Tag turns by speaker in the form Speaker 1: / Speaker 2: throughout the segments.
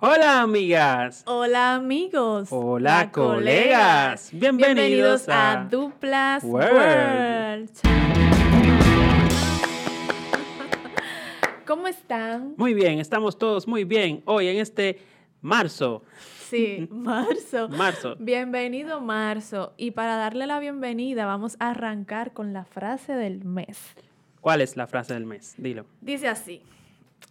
Speaker 1: Hola amigas.
Speaker 2: Hola amigos.
Speaker 1: Hola colegas. Bienvenidos,
Speaker 2: Bienvenidos
Speaker 1: a...
Speaker 2: a Duplas
Speaker 1: World.
Speaker 2: World. ¿Cómo están?
Speaker 1: Muy bien, estamos todos muy bien hoy en este marzo.
Speaker 2: Sí, marzo.
Speaker 1: Marzo.
Speaker 2: Bienvenido marzo. Y para darle la bienvenida vamos a arrancar con la frase del mes.
Speaker 1: ¿Cuál es la frase del mes? Dilo.
Speaker 2: Dice así.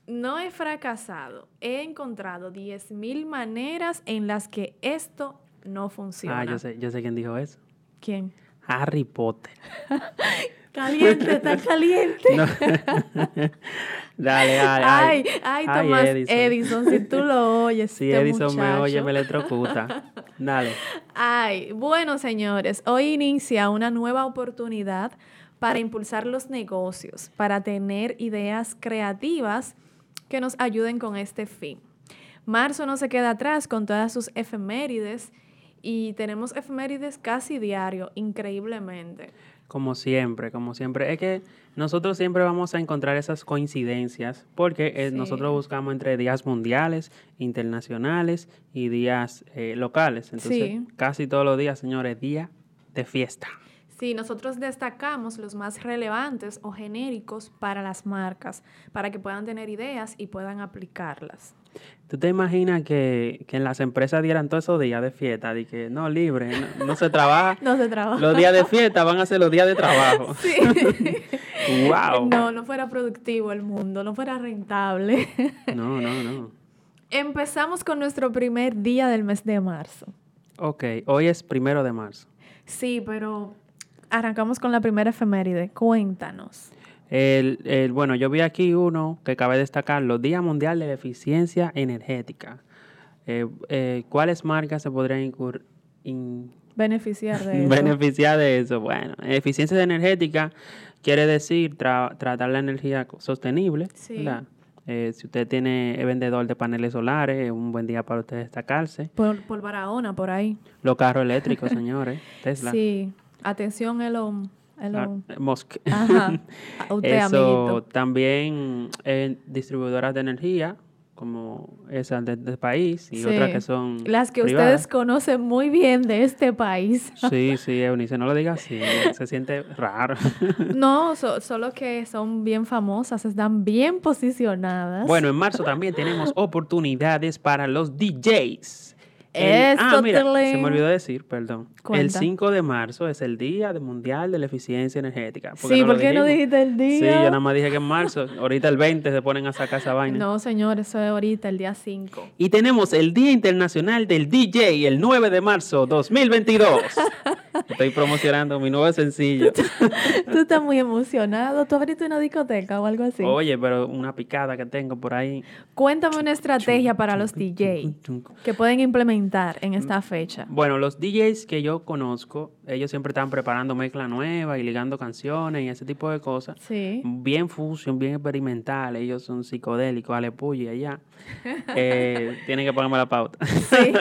Speaker 2: No he fracasado, he encontrado 10.000 maneras en las que esto no funciona.
Speaker 1: Ah, yo sé, yo sé quién dijo eso.
Speaker 2: ¿Quién?
Speaker 1: Harry Potter.
Speaker 2: Caliente, está caliente.
Speaker 1: No. dale, dale.
Speaker 2: Ay,
Speaker 1: Ay,
Speaker 2: ay, Tomás Edison. si tú lo oyes.
Speaker 1: Si
Speaker 2: este
Speaker 1: Edison me
Speaker 2: muchacho.
Speaker 1: oye, me electrocuta. Dale.
Speaker 2: Ay, bueno, señores, hoy inicia una nueva oportunidad para impulsar los negocios, para tener ideas creativas que nos ayuden con este fin. Marzo no se queda atrás con todas sus efemérides y tenemos efemérides casi diario, increíblemente.
Speaker 1: Como siempre, como siempre. Es que nosotros siempre vamos a encontrar esas coincidencias porque eh,
Speaker 2: Sí.
Speaker 1: nosotros buscamos entre días mundiales, internacionales y días eh, locales. Entonces,
Speaker 2: Sí.
Speaker 1: casi todos los días, señores, día de fiesta.
Speaker 2: Sí, nosotros destacamos los más relevantes o genéricos para las marcas, para que puedan tener ideas y puedan aplicarlas.
Speaker 1: ¿Tú te imaginas que, que en las empresas dieran todos esos días de fiesta? De que no, libre, no, no se trabaja.
Speaker 2: No se trabaja.
Speaker 1: Los días de fiesta van a ser los días de trabajo.
Speaker 2: Sí.
Speaker 1: ¡Wow!
Speaker 2: No, no fuera productivo el mundo, no fuera rentable.
Speaker 1: no, no. no.
Speaker 2: Empezamos con nuestro primer día del mes de marzo.
Speaker 1: Ok, hoy es primero de marzo.
Speaker 2: Sí, pero arrancamos con la primera efeméride. Cuéntanos.
Speaker 1: El, el- bueno, yo vi aquí uno que cabe destacar, los Días Mundial de la Eficiencia Energética. Eh, eh, ¿Cuáles marcas se podrían incur- in-
Speaker 2: Beneficiar de eso.
Speaker 1: beneficiar de eso? Bueno, eficiencia energética quiere decir tra- tratar la energía co- sostenible.
Speaker 2: Sí.
Speaker 1: ¿verdad? Eh, si usted tiene es vendedor de paneles solares, es un buen día para usted destacarse.
Speaker 2: por, por Barahona, por ahí.
Speaker 1: Los carros eléctricos, señores, Tesla.
Speaker 2: Sí. Atención, Elon.
Speaker 1: Ah,
Speaker 2: Elon.
Speaker 1: Musk.
Speaker 2: Ajá. A usted,
Speaker 1: Eso
Speaker 2: amiguito.
Speaker 1: también eh, distribuidoras de energía, como esas de- del país y otras
Speaker 2: Sí.
Speaker 1: que son.
Speaker 2: Las que ustedes
Speaker 1: privadas.
Speaker 2: conocen muy bien de este país.
Speaker 1: Sí, sí, Eunice, no lo digas así, se siente raro.
Speaker 2: No, so- solo que son bien famosas, están bien posicionadas.
Speaker 1: bueno, en marzo también tenemos oportunidades para los DJs. ah,
Speaker 2: Eso,
Speaker 1: mira, se
Speaker 2: Tilín.
Speaker 1: me olvidó decir, perdón. El
Speaker 2: Cuenta.
Speaker 1: 5 de marzo es el Día de- Mundial de la Eficiencia Energética.
Speaker 2: sí,
Speaker 1: lo
Speaker 2: ¿por qué no
Speaker 1: dijimos?
Speaker 2: dijiste el día?
Speaker 1: Sí, yo nada más dije que en marzo, ahorita el 20 se ponen a sacar esa vaina.
Speaker 2: No, señor, eso es ahorita, el día 5.
Speaker 1: Y tenemos el Día Internacional del DJ el 9 de marzo 2022. Estoy promocionando mi nuevo sencillo.
Speaker 2: Tú estás muy emocionado. ¿Tú abriste una discoteca o algo así?
Speaker 1: Oye, pero una picada que tengo por ahí.
Speaker 2: Cuéntame una estrategia para los DJ que pueden implementar en esta
Speaker 1: Mm.
Speaker 2: fecha.
Speaker 1: Bueno, los DJs que yo conozco, ellos siempre están preparando mezcla nueva y ligando canciones y ese tipo de cosas.
Speaker 2: Sí.
Speaker 1: Bien fusion, bien experimental. Ellos son psicodélicos, alepuya, allá. Eh, tienen que pagarme la pauta.
Speaker 2: Sí.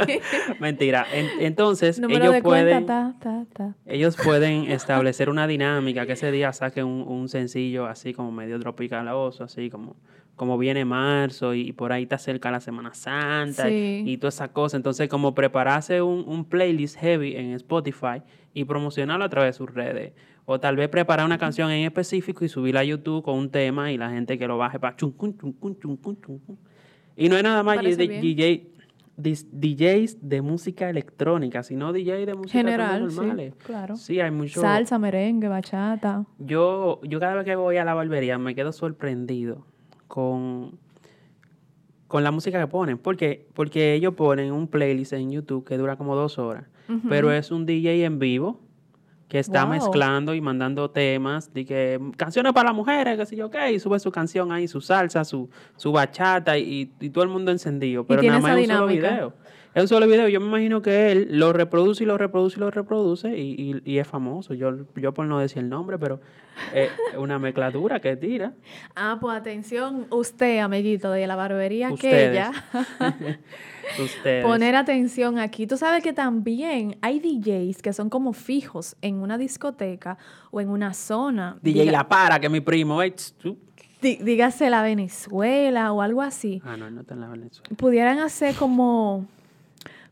Speaker 1: Mentira. En- entonces,
Speaker 2: Número
Speaker 1: ellos
Speaker 2: de
Speaker 1: pueden...
Speaker 2: cuenta, ta, ta, ta.
Speaker 1: Ellos pueden establecer una dinámica, que ese día saquen un, un sencillo así como medio tropicaloso, así como, como viene marzo y, por ahí está cerca la Semana Santa
Speaker 2: Sí.
Speaker 1: y, toda esa cosa. Entonces, como prepararse un, un playlist heavy en Spotify y promocionarlo a través de sus redes. O tal vez preparar una canción en específico y subirla a YouTube con un tema y la gente que lo baje para chun, cun, chun, cun, chun, cun, chun, cun. Y no es nada más
Speaker 2: Parece
Speaker 1: DJ,
Speaker 2: bien.
Speaker 1: dis- DJs de música electrónica, sino DJ de música
Speaker 2: General, sí,
Speaker 1: normales.
Speaker 2: claro.
Speaker 1: Sí, hay mucho.
Speaker 2: Salsa, merengue, bachata.
Speaker 1: Yo, yo cada vez que voy a la barbería me quedo sorprendido con, con la música que ponen. Porque, porque ellos ponen un playlist en YouTube que dura como dos horas. Pero es un DJ en vivo que está
Speaker 2: Wow.
Speaker 1: mezclando y mandando temas. De que, mm, canciones para las mujeres, que sé yo, qué. Y sube su canción ahí, su salsa, su, su bachata y, y todo el mundo encendido. Pero
Speaker 2: tiene
Speaker 1: nada más
Speaker 2: esa
Speaker 1: es un solo
Speaker 2: dinámica.
Speaker 1: video. Es un solo video. Yo me imagino que él lo reproduce y lo reproduce y lo reproduce y, y- y es famoso. Yo, yo por no decir el nombre, pero eh, es una mezcladura que tira.
Speaker 2: Ah, pues atención, usted, amiguito de la barbería
Speaker 1: Ustedes.
Speaker 2: aquella.
Speaker 1: Ustedes.
Speaker 2: Poner atención aquí. Tú sabes que también hay DJs que son como fijos en una discoteca o en una zona.
Speaker 1: DJ
Speaker 2: Diga-
Speaker 1: La Para, que es mi primo. eh, tss, tú.
Speaker 2: dí- dígase la Venezuela o algo así,
Speaker 1: Ah, no, no está en la Venezuela.
Speaker 2: pudieran hacer como,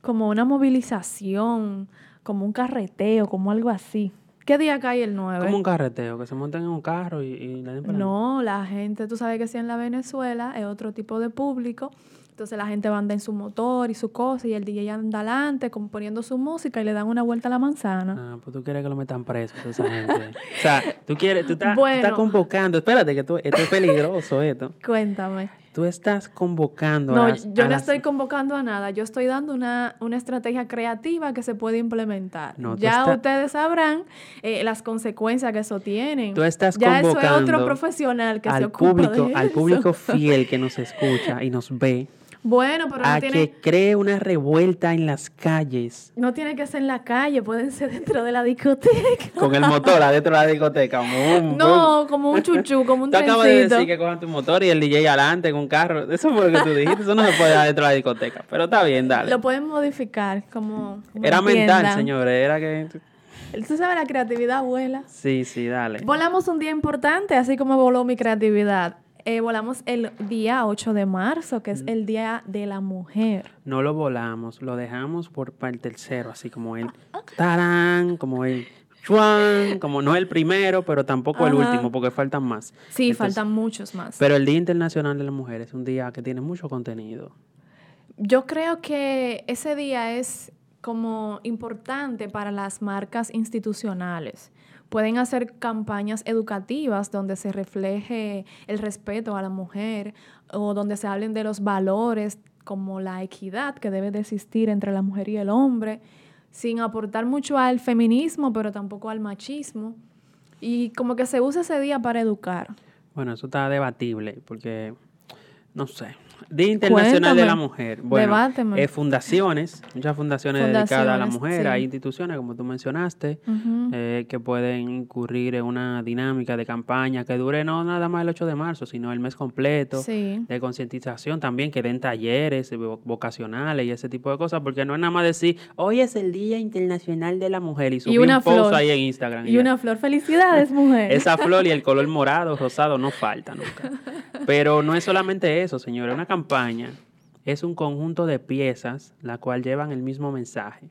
Speaker 2: como una movilización, como un carreteo, como algo así. ¿Qué día cae el 9?
Speaker 1: Como un carreteo, que se montan en un carro y, y le den para adelante.
Speaker 2: No, la gente, tú sabes que si en la Venezuela es otro tipo de público, entonces la gente va a andar en su motor y su cosa y el DJ anda adelante componiendo su música y le dan una vuelta a la manzana.
Speaker 1: Ah, pues tú quieres que lo metan preso a esa gente. o sea, tú quieres, tú estás, tú estás
Speaker 2: Bueno.
Speaker 1: convocando. Espérate, que tú, esto es peligroso, esto.
Speaker 2: Cuéntame.
Speaker 1: Tú estás convocando
Speaker 2: No,
Speaker 1: Ah. a las,
Speaker 2: yo
Speaker 1: a
Speaker 2: no
Speaker 1: las-
Speaker 2: estoy convocando a nada, yo estoy dando una, una estrategia creativa que se puede implementar.
Speaker 1: No, tú
Speaker 2: ya
Speaker 1: está-
Speaker 2: ustedes sabrán eh, las consecuencias que eso tiene.
Speaker 1: Tú estás
Speaker 2: ya eso es otro
Speaker 1: convocando
Speaker 2: profesional que se
Speaker 1: al
Speaker 2: ocupa
Speaker 1: público,
Speaker 2: de
Speaker 1: al
Speaker 2: eso.
Speaker 1: público fiel que nos escucha y nos ve,
Speaker 2: Bueno, pero no
Speaker 1: a
Speaker 2: tiene...
Speaker 1: que cree una revuelta en las calles
Speaker 2: No tiene que ser en la calle, pueden ser dentro de la discoteca.
Speaker 1: con el motor adentro de la discoteca. Bum, bum.
Speaker 2: No, como un chuchú, como un
Speaker 1: Tú acabas de
Speaker 2: trencito.
Speaker 1: decir que cojan tu motor y el DJ adelante con un carro. Eso fue lo que tú dijiste. Eso no se puede dar dentro de la discoteca. Pero está bien, dale.
Speaker 2: Lo pueden modificar, como. como
Speaker 1: Era mental,
Speaker 2: entiendan.
Speaker 1: señores. Era que.
Speaker 2: Tú sabes, la creatividad abuela.
Speaker 1: Sí, sí, dale.
Speaker 2: Volamos un día importante, así como voló mi creatividad. Eh, volamos el día 8 de marzo, que es
Speaker 1: Mm.
Speaker 2: el Día de la Mujer.
Speaker 1: No lo volamos, lo dejamos por para el tercero, así como el tarán, como el chuan, como no el primero, pero tampoco el
Speaker 2: Ajá.
Speaker 1: último, porque faltan más.
Speaker 2: Sí,
Speaker 1: Entonces,
Speaker 2: faltan muchos más.
Speaker 1: Pero el Día Internacional de la Mujer es un día que tiene mucho contenido.
Speaker 2: Yo creo que ese día es como importante para las marcas institucionales. Pueden hacer campañas educativas donde se refleje el respeto a la mujer o donde se hablen de los valores como la equidad que debe de existir entre la mujer y el hombre, sin aportar mucho al feminismo, pero tampoco al machismo. Y como que se usa ese día para educar.
Speaker 1: Bueno, eso está debatible, porque no sé. Día Internacional de la
Speaker 2: Cuéntame,
Speaker 1: Mujer. Bueno,
Speaker 2: debáteme.
Speaker 1: eh, fundaciones, muchas fundaciones, dedicadas a la
Speaker 2: Fundaciones,
Speaker 1: mujer,
Speaker 2: sí.
Speaker 1: hay instituciones, como tú mencionaste,
Speaker 2: Ujú.
Speaker 1: eh, que pueden incurrir en una dinámica de campaña que dure no nada más el 8 de marzo, sino el mes completo.
Speaker 2: Sí.
Speaker 1: de concientización también, que den talleres eh, vo- vocacionales y ese tipo de cosas, porque no es nada más decir, hoy es el Día Internacional de la Mujer y subí
Speaker 2: una
Speaker 1: un post
Speaker 2: flor.
Speaker 1: ahí en Instagram. y
Speaker 2: Y
Speaker 1: ya.
Speaker 2: una flor, felicidades, mujer.
Speaker 1: Esa flor y el color morado, rosado, no falta nunca. Pero no es solamente eso, señora, una campaña es un conjunto de piezas la cual llevan el mismo mensaje,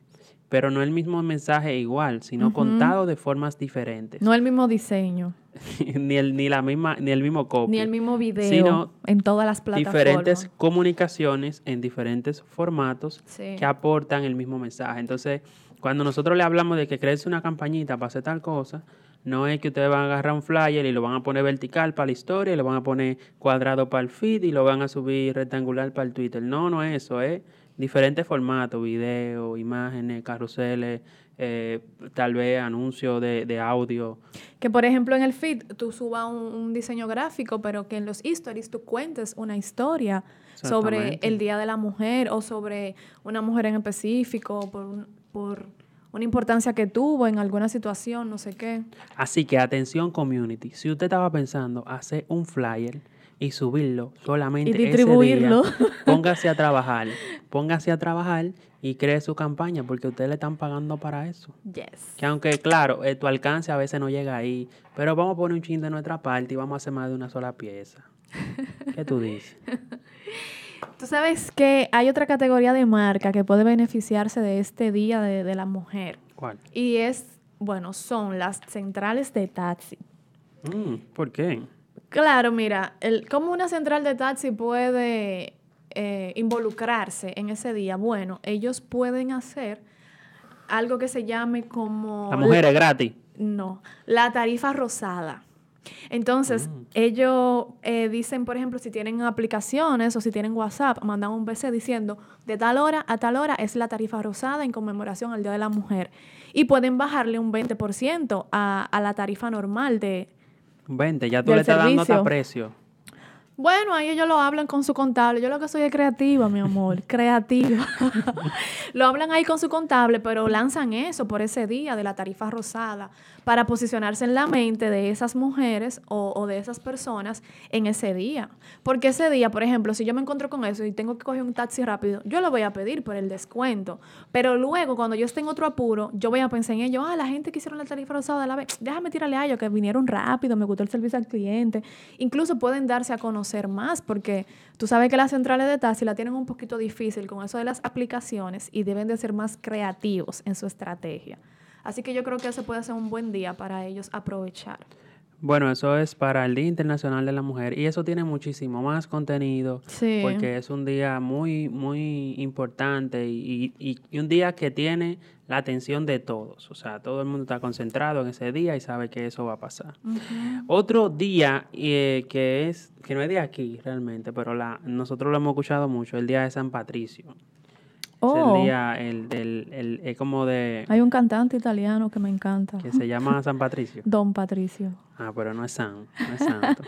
Speaker 1: pero no el mismo mensaje igual, sino
Speaker 2: Ujú.
Speaker 1: contado de formas diferentes,
Speaker 2: No el mismo diseño.
Speaker 1: ni, el, ni, la misma, ni el mismo copy.
Speaker 2: Ni el mismo video
Speaker 1: Sino
Speaker 2: en todas las plataformas.
Speaker 1: diferentes comunicaciones en diferentes formatos
Speaker 2: Sí.
Speaker 1: que aportan el mismo mensaje. Entonces, cuando nosotros le hablamos de que crees una campañita para hacer tal cosa, no es que ustedes van a agarrar un flyer y lo van a poner vertical para la historia, y lo van a poner cuadrado para el feed y lo van a subir rectangular para el Twitter. No, no es eso, es diferentes formatos, video, imágenes, carruseles, eh, tal vez anuncios de, de audio.
Speaker 2: Que por ejemplo en el feed tú subas un, un diseño gráfico, pero que en los stories tú cuentes una historia sobre
Speaker 1: Exactamente.
Speaker 2: el Día de la Mujer o sobre una mujer en específico, por, un- por una importancia que tuvo en alguna situación, no sé qué.
Speaker 1: Así que atención community, si usted estaba pensando hacer un flyer y subirlo solamente
Speaker 2: Y distribuirlo.
Speaker 1: ese día, póngase a trabajar, póngase a trabajar y cree su campaña porque ustedes le están pagando para eso.
Speaker 2: Yes.
Speaker 1: Que aunque claro, eh, tu alcance a veces no llega ahí, pero vamos a poner un chin de nuestra parte y vamos a hacer más de una sola pieza. ¿Qué tú dices?
Speaker 2: Tú sabes que hay otra categoría de marca que puede beneficiarse de este Día de- de la Mujer.
Speaker 1: ¿Cuál?
Speaker 2: Y es, bueno, son las centrales de taxi.
Speaker 1: Mm, ¿Por qué?
Speaker 2: Claro, mira, el, ¿cómo una central de taxi puede eh, involucrarse en ese día? Bueno, ellos pueden hacer algo que se llame como...
Speaker 1: La mujer es gratis.
Speaker 2: No, la tarifa rosada. Entonces,
Speaker 1: Mm.
Speaker 2: ellos eh, dicen, por ejemplo, si tienen aplicaciones o si tienen WhatsApp, mandan un BC diciendo, de tal hora a tal hora es la tarifa rosada en conmemoración al Día de la Mujer. Y pueden bajarle un 20% a, a la tarifa normal de...
Speaker 1: 20, ya tú
Speaker 2: Del
Speaker 1: le estás dando hasta
Speaker 2: servicio.
Speaker 1: precio.
Speaker 2: Bueno, ahí ellos lo hablan con su contable. Yo lo que soy es creativa, mi amor, creativa. lo hablan ahí con su contable, pero lanzan eso por ese día de la tarifa rosada para posicionarse en la mente de esas mujeres o, o de esas personas en ese día. Porque ese día, por ejemplo, si yo me encuentro con eso y tengo que coger un taxi rápido, yo lo voy a pedir por el descuento. Pero luego, cuando yo esté en otro apuro, yo voy a pensar en ello. Ah, la gente que hicieron la tarifa rosada, la vez, déjame tirarle a ellos que vinieron rápido, me gustó el servicio al cliente. Incluso pueden darse a conocer ser más, porque tú sabes que las centrales de taxi la tienen un poquito difícil con eso de las aplicaciones y deben de ser más creativos en su estrategia. Así que yo creo que ese puede ser un buen día para ellos aprovechar.
Speaker 1: Bueno, eso es para el Día Internacional de la Mujer y eso tiene muchísimo más contenido
Speaker 2: Sí.
Speaker 1: porque es un día muy, muy importante y, y- y un día que tiene la atención de todos. O sea, todo el mundo está concentrado en ese día y sabe que eso va a pasar. Otro día eh, que es, que no es de aquí realmente, pero la, nosotros lo hemos escuchado mucho, el Día de San Patricio. Es
Speaker 2: Oh.
Speaker 1: el día, el, el- el- es como de,
Speaker 2: hay un cantante italiano que me encanta.
Speaker 1: que se llama San Patricio.
Speaker 2: Don Patricio.
Speaker 1: Ah, pero no es san, no es santo.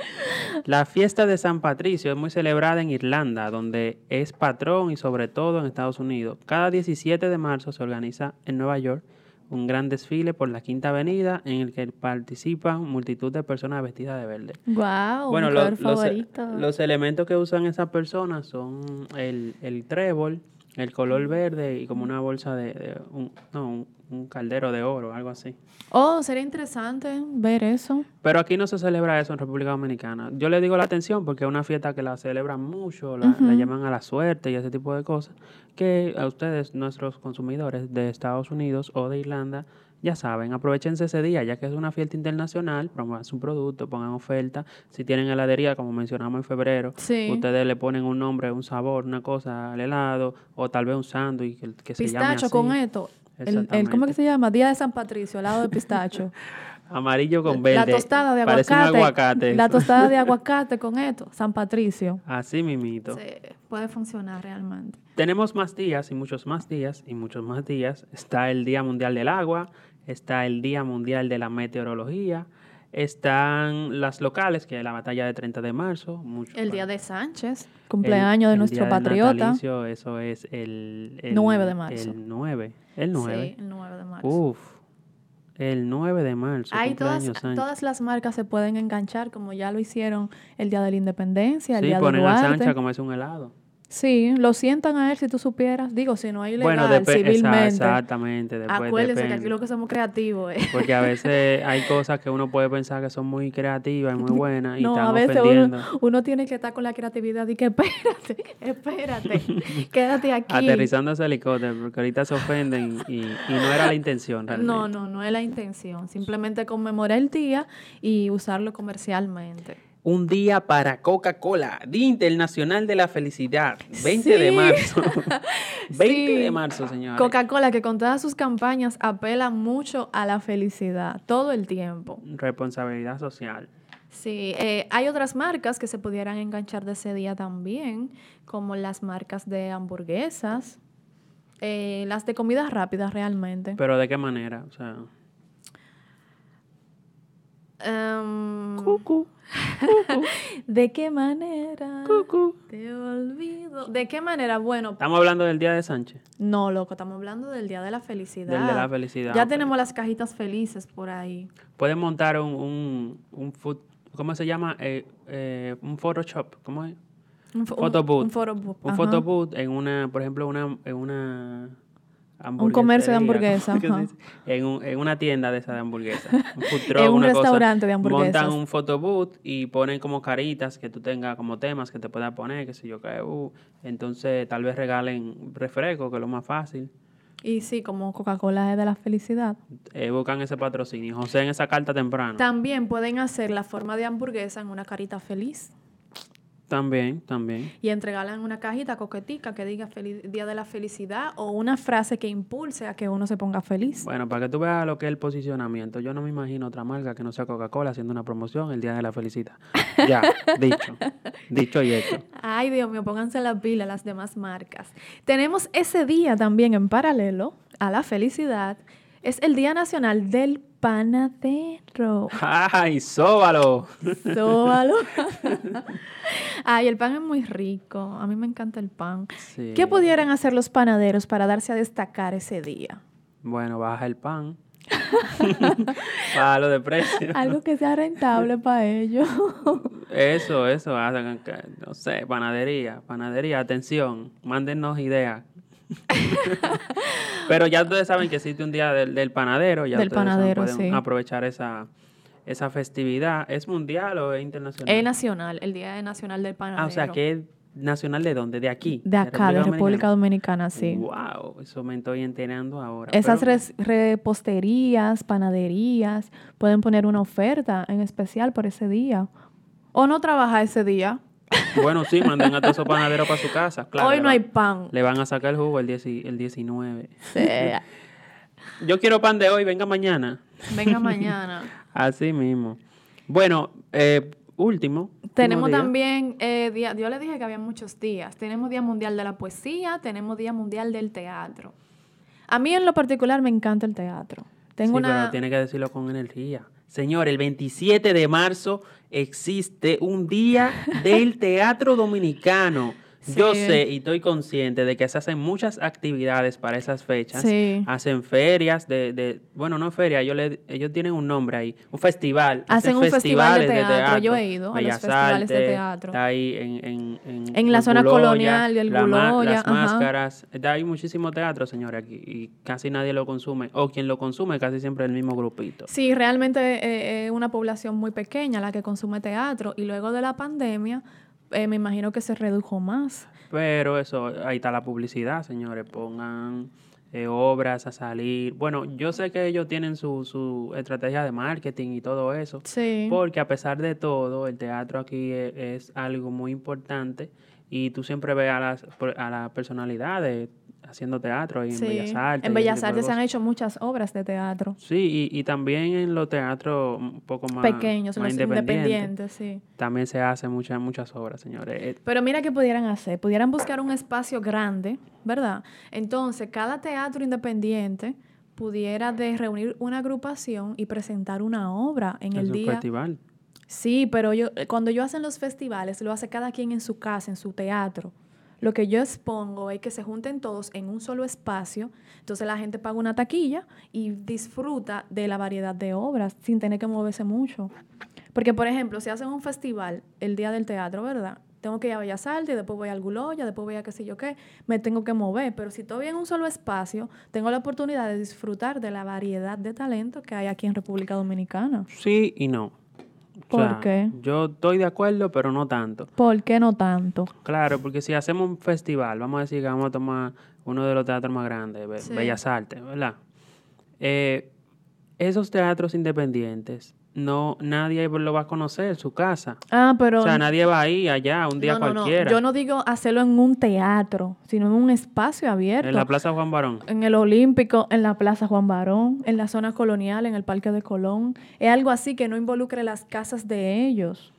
Speaker 1: La fiesta de San Patricio es muy celebrada en Irlanda, donde es patrón y sobre todo en Estados Unidos. Cada 17 de marzo se organiza en Nueva York un gran desfile por la Quinta Avenida en el que participan multitud de personas vestidas de verde.
Speaker 2: Wow,
Speaker 1: lo- los, eh, los elementos que usan esas personas son el, el trébol, el color verde y como una bolsa de, de un, no, un- un caldero de oro, algo así.
Speaker 2: Oh, sería interesante ver eso.
Speaker 1: Pero aquí no se celebra eso en República Dominicana. Yo le digo la atención porque es una fiesta que la celebran mucho, la, la llaman a la suerte y ese tipo de cosas, que a ustedes, nuestros consumidores de Estados Unidos o de Irlanda, ya saben, aprovechense ese día, ya que es una fiesta internacional, promuevan su producto, pongan oferta. Si tienen heladería, como mencionamos en febrero,
Speaker 2: Sí.
Speaker 1: ustedes le ponen un nombre, un sabor, una cosa al helado, o tal vez un sándwich que, que se llame
Speaker 2: Pistacho
Speaker 1: así.
Speaker 2: con esto. El, el- ¿Cómo es que se llama? Día de San Patricio, al lado de pistacho.
Speaker 1: Amarillo con verde.
Speaker 2: la tostada de
Speaker 1: Parece un
Speaker 2: aguacate.
Speaker 1: aguacate
Speaker 2: La
Speaker 1: eso.
Speaker 2: tostada de aguacate con esto, San Patricio.
Speaker 1: Así mimito.
Speaker 2: puede funcionar realmente.
Speaker 1: Tenemos más días y muchos más días y muchos más días. Está el Día Mundial del Agua, está el Día Mundial de la Meteorología, están las locales, que es la batalla de 30 de marzo. mucho-
Speaker 2: El día
Speaker 1: bueno,
Speaker 2: de Sánchez,
Speaker 1: el-
Speaker 2: cumpleaños de
Speaker 1: el
Speaker 2: nuestro
Speaker 1: día del
Speaker 2: patriota.
Speaker 1: natalicio, eso es el, el-
Speaker 2: 9 de marzo.
Speaker 1: El 9. El 9.
Speaker 2: Sí, el 9 de marzo.
Speaker 1: Uf. El 9 de marzo.
Speaker 2: Ahí todas,
Speaker 1: cumpleaños Sánchez.
Speaker 2: todas las marcas se pueden enganchar, como ya lo hicieron el día de la independencia, el
Speaker 1: Sí,
Speaker 2: día de
Speaker 1: ponen a
Speaker 2: Duarte.
Speaker 1: Sancha como es un helado.
Speaker 2: Sí, lo sientan a él si tú supieras. Digo, si no hay legal,
Speaker 1: depe- esa-
Speaker 2: civilmente.
Speaker 1: exactamente. Después
Speaker 2: Acuérdense que
Speaker 1: depende.
Speaker 2: aquí lo que somos creativos eh. es.
Speaker 1: Porque a veces hay cosas que uno puede pensar que son muy creativas y muy buenas y
Speaker 2: No,
Speaker 1: están
Speaker 2: a veces
Speaker 1: ofendiendo.
Speaker 2: uno, uno tiene que estar con la creatividad y que espérate, espérate, quédate aquí.
Speaker 1: Aterrizando ese helicóptero, porque ahorita se ofenden y, y no era la intención realmente.
Speaker 2: No, no, no es la intención. Simplemente conmemorar el día y usarlo comercialmente.
Speaker 1: Un día para Coca-Cola, Día Internacional de la Felicidad, 20 de
Speaker 2: Sí.
Speaker 1: marzo. 20
Speaker 2: Sí.
Speaker 1: de marzo, señores.
Speaker 2: Coca-Cola, que con todas sus campañas apela mucho a la felicidad todo el tiempo.
Speaker 1: Responsabilidad social.
Speaker 2: Sí, eh, hay otras marcas que se pudieran enganchar de ese día también, como las marcas de hamburguesas, eh, las de comidas rápidas realmente.
Speaker 1: Pero ¿de qué manera? O sea,
Speaker 2: Em,
Speaker 1: cucu,
Speaker 2: ¿De qué manera?
Speaker 1: cucu.
Speaker 2: Te olvido. ¿De qué manera? Bueno,
Speaker 1: Estamos hablando del Día de Sánchez,
Speaker 2: no, loco, estamos hablando del Día de la Felicidad.
Speaker 1: del de la felicidad.
Speaker 2: Ya tenemos las cajitas felices por ahí.
Speaker 1: Pueden montar un, un, un food- ¿cómo se llama? Eh, eh, un Photoshop, ¿cómo es?
Speaker 2: Un, fo-
Speaker 1: Photo
Speaker 2: un-
Speaker 1: booth.
Speaker 2: Un photo booth,
Speaker 1: Un
Speaker 2: ajá.
Speaker 1: photobooth en una, por ejemplo, una, en una hamburguesería,
Speaker 2: comercio de
Speaker 1: ¿cómo
Speaker 2: hamburguesa,
Speaker 1: que se
Speaker 2: ajá.
Speaker 1: dice? En, un- en una tienda de esa de hamburguesas. Un, food truck,
Speaker 2: En un
Speaker 1: una cosa.
Speaker 2: restaurante de hamburguesas.
Speaker 1: Montan un photobooth y ponen como caritas que tú tengas como temas que te puedas poner, qué sé yo, qué. uh. entonces tal vez regalen refresco, que es lo más fácil.
Speaker 2: Y sí, como Coca-Cola es de la felicidad.
Speaker 1: Eh, buscan ese patrocinio. José en esa carta temprano.
Speaker 2: También pueden hacer la forma de hamburguesa en una carita feliz
Speaker 1: también, también.
Speaker 2: y entregarla en una cajita coquetica que diga feliz, Día de la Felicidad o una frase que impulse a que uno se ponga feliz.
Speaker 1: Bueno, para que tú veas lo que es el posicionamiento, yo no me imagino otra marca que no sea Coca-Cola haciendo una promoción el Día de la Felicita. Ya, dicho. Dicho y hecho.
Speaker 2: Ay, Dios mío, pónganse la pila las demás marcas. Tenemos ese día también en paralelo a la felicidad, Es el Día Nacional del Panadero.
Speaker 1: ¡Ay, sóbalo!
Speaker 2: Sóbalo. Ay, el pan es muy rico. A mí me encanta el pan.
Speaker 1: Sí.
Speaker 2: ¿Qué pudieran hacer los panaderos para darse a destacar ese día?
Speaker 1: Bueno, baja el pan. Bájalo de precio.
Speaker 2: Algo que sea rentable para ellos.
Speaker 1: Eso, eso. hagan que- No sé, panadería, panadería. Atención, mándennos ideas. Pero ya ustedes saben que existe un día del, del panadero. Ya
Speaker 2: Del
Speaker 1: ustedes saben,
Speaker 2: panadero,
Speaker 1: pueden
Speaker 2: sí.
Speaker 1: aprovechar esa, esa festividad. ¿Es mundial o es internacional?
Speaker 2: Es E nacional, el Día Nacional del Panadero.
Speaker 1: Ah, o sea, que es nacional de dónde? De aquí.
Speaker 2: De acá, de República Dominicana, sí.
Speaker 1: Wow, eso me estoy enterando ahora.
Speaker 2: Esas
Speaker 1: Ah, Pero-
Speaker 2: res- reposterías, panaderías, pueden poner una oferta en especial por ese día. O no trabaja ese día.
Speaker 1: Bueno, sí, manden a todos esos panaderos para su casa. Claro,
Speaker 2: Hoy
Speaker 1: le
Speaker 2: no
Speaker 1: va-
Speaker 2: hay pan.
Speaker 1: Le van a sacar el jugo el, 10 y- el 19.
Speaker 2: Sí.
Speaker 1: Yo quiero pan de hoy, venga mañana.
Speaker 2: Venga mañana.
Speaker 1: Así mismo. Bueno, eh, último. último
Speaker 2: Tenemos
Speaker 1: día.
Speaker 2: también, eh, día, yo le dije que había muchos días. Tenemos Día Mundial de la Poesía, tenemos Día Mundial del Teatro. A mí en lo particular me encanta el teatro. Tengo
Speaker 1: sí,
Speaker 2: una...
Speaker 1: pero tiene que decirlo con energía. Señor, el 27 de marzo existe un día del teatro dominicano. Yo
Speaker 2: Sí.
Speaker 1: sé y estoy consciente de que se hacen muchas actividades para esas fechas.
Speaker 2: Sí.
Speaker 1: Hacen ferias de, de- bueno, no ferias, ellos, le- ellos tienen un nombre ahí, un festival.
Speaker 2: Hacen un festival de
Speaker 1: festivales
Speaker 2: teatro, yo he ido a los
Speaker 1: Bellas
Speaker 2: festivales de
Speaker 1: Artes,
Speaker 2: teatro.
Speaker 1: Está ahí en, en, en,
Speaker 2: En la zona
Speaker 1: Guloya,
Speaker 2: colonial, el
Speaker 1: la ma-
Speaker 2: Guloya,
Speaker 1: Las
Speaker 2: ajá.
Speaker 1: máscaras. Da- eh, Hay muchísimo teatro, señores, aquí. Y casi nadie lo consume. O quien lo consume casi siempre es el mismo grupito.
Speaker 2: Sí, realmente eh, es una población muy pequeña la que consume teatro y luego de la pandemia eh, me imagino que se redujo más.
Speaker 1: Pero eso, ahí está la publicidad, señores. Pongan eh, obras a salir. Bueno, yo sé que ellos tienen su, su estrategia de marketing y todo eso.
Speaker 2: Sí.
Speaker 1: Porque a pesar de todo, el teatro aquí e- es, algo muy importante y tú siempre ves a las, por- a las personalidades haciendo teatro ahí en
Speaker 2: Sí.
Speaker 1: Bellas Artes.
Speaker 2: En
Speaker 1: y ese
Speaker 2: Bellas
Speaker 1: tipo de
Speaker 2: Artes se
Speaker 1: cosas.
Speaker 2: han hecho muchas obras de teatro
Speaker 1: Sí, y, y también en los teatros un poco más
Speaker 2: pequeños,
Speaker 1: más
Speaker 2: los independientes, sí.
Speaker 1: También se hacen muchas, muchas obras, señores. Eh,
Speaker 2: Pero mira qué pudieran hacer, pudieran buscar un espacio grande, ¿verdad? Entonces, cada teatro independiente pudiera de reunir una agrupación y presentar una obra en
Speaker 1: es
Speaker 2: el
Speaker 1: un
Speaker 2: día
Speaker 1: festival.
Speaker 2: Sí, pero yo eh, cuando yo hacen los festivales, lo hace cada quien en su casa, en su teatro. Lo que yo expongo es que se junten todos en un solo espacio, entonces la gente paga una taquilla y disfruta de la variedad de obras sin tener que moverse mucho. Porque, por ejemplo, si hacen un festival el día del teatro, ¿verdad? Tengo que ir a Bellas Artes, después voy al Guloya, después voy a qué sé yo qué, me tengo que mover. Pero si estoy en un solo espacio, tengo la oportunidad de disfrutar de la variedad de talento que hay aquí en República Dominicana.
Speaker 1: Sí y no. O
Speaker 2: ¿Por
Speaker 1: sea,
Speaker 2: qué?
Speaker 1: Yo estoy de acuerdo, pero no tanto.
Speaker 2: ¿Por qué no tanto?
Speaker 1: Claro, porque si hacemos un festival, vamos a decir que vamos a tomar uno de los teatros más grandes, Be-
Speaker 2: Sí.
Speaker 1: Bellas Artes, ¿verdad? Eh, esos teatros independientes, no nadie lo va a conocer en su casa.
Speaker 2: Ah, pero.
Speaker 1: O sea, nadie va ahí, allá, un día
Speaker 2: no, no, no.
Speaker 1: cualquiera.
Speaker 2: Yo no digo hacerlo en un teatro, sino en un espacio abierto.
Speaker 1: En la Plaza Juan Barón.
Speaker 2: En el Olímpico, en la Plaza Juan Barón, en la zona colonial, en el Parque de Colón. Es algo así que no involucre las casas de ellos.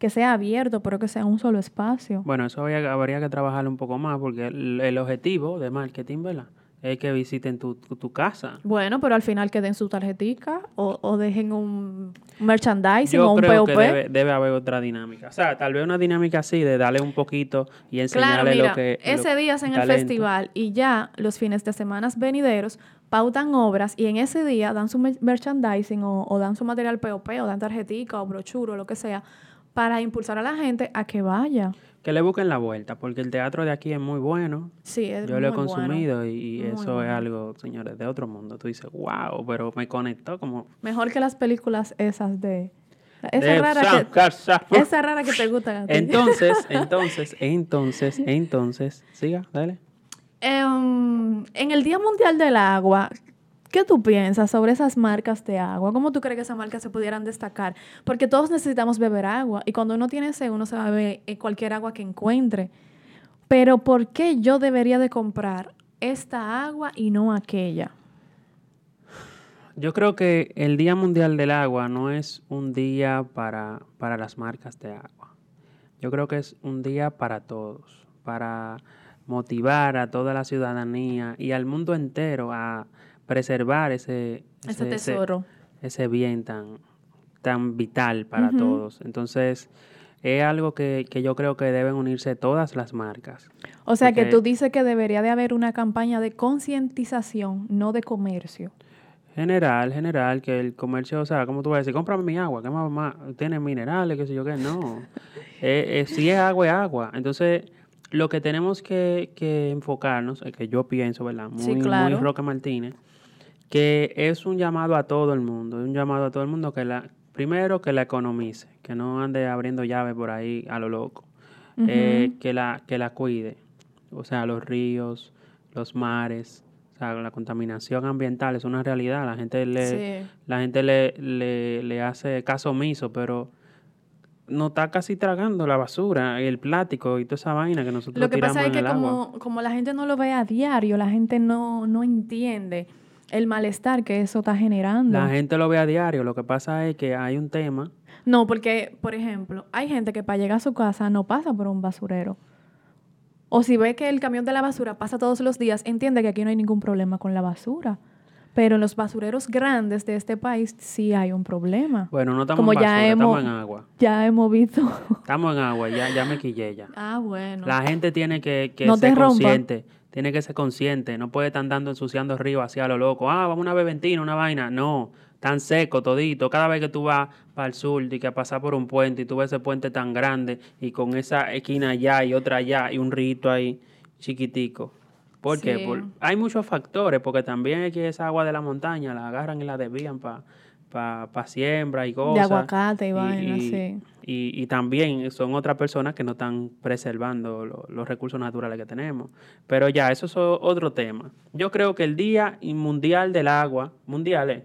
Speaker 2: Que sea abierto, pero que sea un solo espacio.
Speaker 1: Bueno, eso habría, habría que trabajarlo un poco más porque el, el objetivo de marketing, ¿verdad? Es que visiten tu, tu- tu casa.
Speaker 2: Bueno, pero al final que den su tarjetica o, o dejen un merchandising o
Speaker 1: Yo
Speaker 2: un
Speaker 1: creo
Speaker 2: POP.
Speaker 1: que debe, debe haber otra dinámica. O sea, tal vez una dinámica así de darle un poquito y enseñarle lo que... lo-
Speaker 2: ese día es en el
Speaker 1: talento.
Speaker 2: festival y ya los fines de semana venideros pautan obras y en ese día dan su mer- merchandising o, o dan su material POP o dan tarjetica o brochuro o lo que sea para impulsar a la gente a que vaya.
Speaker 1: Que le busquen la vuelta porque el teatro de aquí es muy bueno.
Speaker 2: Sí, es
Speaker 1: Yo lo he
Speaker 2: muy bueno.
Speaker 1: consumido y, y
Speaker 2: Muy
Speaker 1: eso es
Speaker 2: bueno.
Speaker 1: algo, señores, de otro mundo. Tú dices, wow, pero me conectó como...
Speaker 2: Mejor que las películas esas de... Esa
Speaker 1: de
Speaker 2: rara
Speaker 1: San
Speaker 2: que...
Speaker 1: Casa.
Speaker 2: Esa rara que te gusta. a ti.
Speaker 1: Entonces, entonces, entonces, entonces, siga, dale.
Speaker 2: Em, en el Día Mundial del Agua, ¿qué tú piensas sobre esas marcas de agua? ¿Cómo tú crees que esas marcas se pudieran destacar? Porque todos necesitamos beber agua y cuando uno tiene sed, uno se va a beber eh, cualquier agua que encuentre. Pero ¿por qué yo debería de comprar esta agua y no aquella?
Speaker 1: Yo creo que el Día Mundial del Agua no es un día para, para las marcas de agua. Yo creo que es un día para todos, para motivar a toda la ciudadanía y al mundo entero a preservar ese,
Speaker 2: Ese
Speaker 1: ese- ese-
Speaker 2: tesoro.
Speaker 1: ese bien tan, tan vital para
Speaker 2: Ujú.
Speaker 1: todos. Entonces, es algo que, que yo creo que deben unirse todas las marcas.
Speaker 2: O sea que
Speaker 1: porque-
Speaker 2: tú dices que debería de haber una campaña de concientización, no de comercio.
Speaker 1: General, general, que el comercio, o sea, como tú vas a decir, cómprame mi agua, que más, más tiene minerales, qué sé yo qué, no. eh, eh, si es agua, es agua. Entonces, lo que tenemos que, que enfocarnos, eh, que yo pienso, ¿verdad? Muy,
Speaker 2: Sí, claro.
Speaker 1: muy Roca Martínez, que es un llamado a todo el mundo, un llamado a todo el mundo que la, primero que la economice, que no ande abriendo llaves por ahí a lo loco, eh, que, la, que la cuide, o sea, los ríos, los mares, o sea, la contaminación ambiental es una realidad, la gente le, la gente le, le, le hace caso omiso, pero no está casi tragando la basura, el plástico y toda esa vaina que nosotros
Speaker 2: Lo que
Speaker 1: tiramos
Speaker 2: pasa es
Speaker 1: en
Speaker 2: que
Speaker 1: el agua.
Speaker 2: como, como la gente no lo ve a diario, la gente no, no entiende el malestar que eso está generando.
Speaker 1: La gente lo ve a diario, lo que pasa es que hay un tema
Speaker 2: No, porque, por ejemplo, hay gente que para llegar a su casa no pasa por un basurero. O si ve que el camión de la basura pasa todos los días, entiende que aquí no hay ningún problema con la basura. Pero en los basureros grandes de este país sí hay un problema.
Speaker 1: Bueno, no estamos
Speaker 2: Como
Speaker 1: en
Speaker 2: ya
Speaker 1: basura,
Speaker 2: hemos-
Speaker 1: estamos en agua.
Speaker 2: Ya hemos visto.
Speaker 1: Estamos en agua, ya, ya me quillé ya.
Speaker 2: Ah, bueno.
Speaker 1: La gente tiene que, que
Speaker 2: No te
Speaker 1: ser
Speaker 2: rompa.
Speaker 1: consciente, tiene que ser consciente, no puede estar andando ensuciando río así a lo loco. Ah, vamos a una beventina, una vaina. No, tan seco todito. Cada vez que tú vas para el sur y que pasas por un puente y tú ves ese puente tan grande y con esa esquina allá y otra allá y un rito ahí chiquitico. ¿Por qué?
Speaker 2: Sí.
Speaker 1: Por- hay muchos factores, porque también es que esa agua de la montaña la agarran y la desvían para pa, pa siembra y cosas.
Speaker 2: aguacate y vaina, sí.
Speaker 1: Y, y también son otras personas que no están preservando lo- los recursos naturales que tenemos. Pero ya, eso es o- otro tema. Yo creo que el Día Mundial del Agua, mundial es,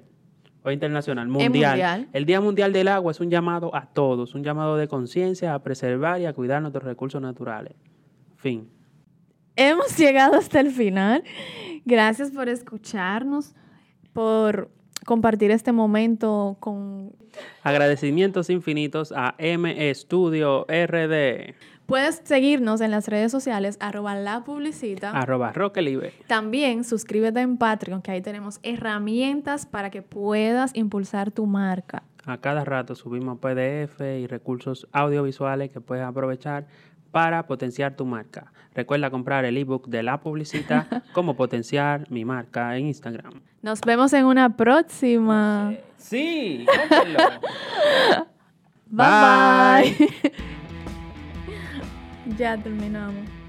Speaker 1: o internacional, mundial,
Speaker 2: mundial.
Speaker 1: el Día Mundial del Agua es un llamado a todos, un llamado de conciencia a preservar y a cuidar nuestros recursos naturales. Fin.
Speaker 2: Hemos llegado hasta el final. Gracias por escucharnos, por compartir este momento con...
Speaker 1: Agradecimientos infinitos a M Estudio RD,
Speaker 2: Puedes seguirnos en las redes sociales, arroba la publicita.
Speaker 1: arroba Roque Libre.
Speaker 2: También suscríbete en Patreon, que ahí tenemos herramientas para que puedas impulsar tu marca.
Speaker 1: A cada rato subimos PDF y recursos audiovisuales que puedes aprovechar para potenciar tu marca. Recuerda comprar el ebook de la publicita, cómo potenciar mi marca en Instagram.
Speaker 2: Nos vemos en una próxima.
Speaker 1: Sí,
Speaker 2: Bye bye. ya terminamos.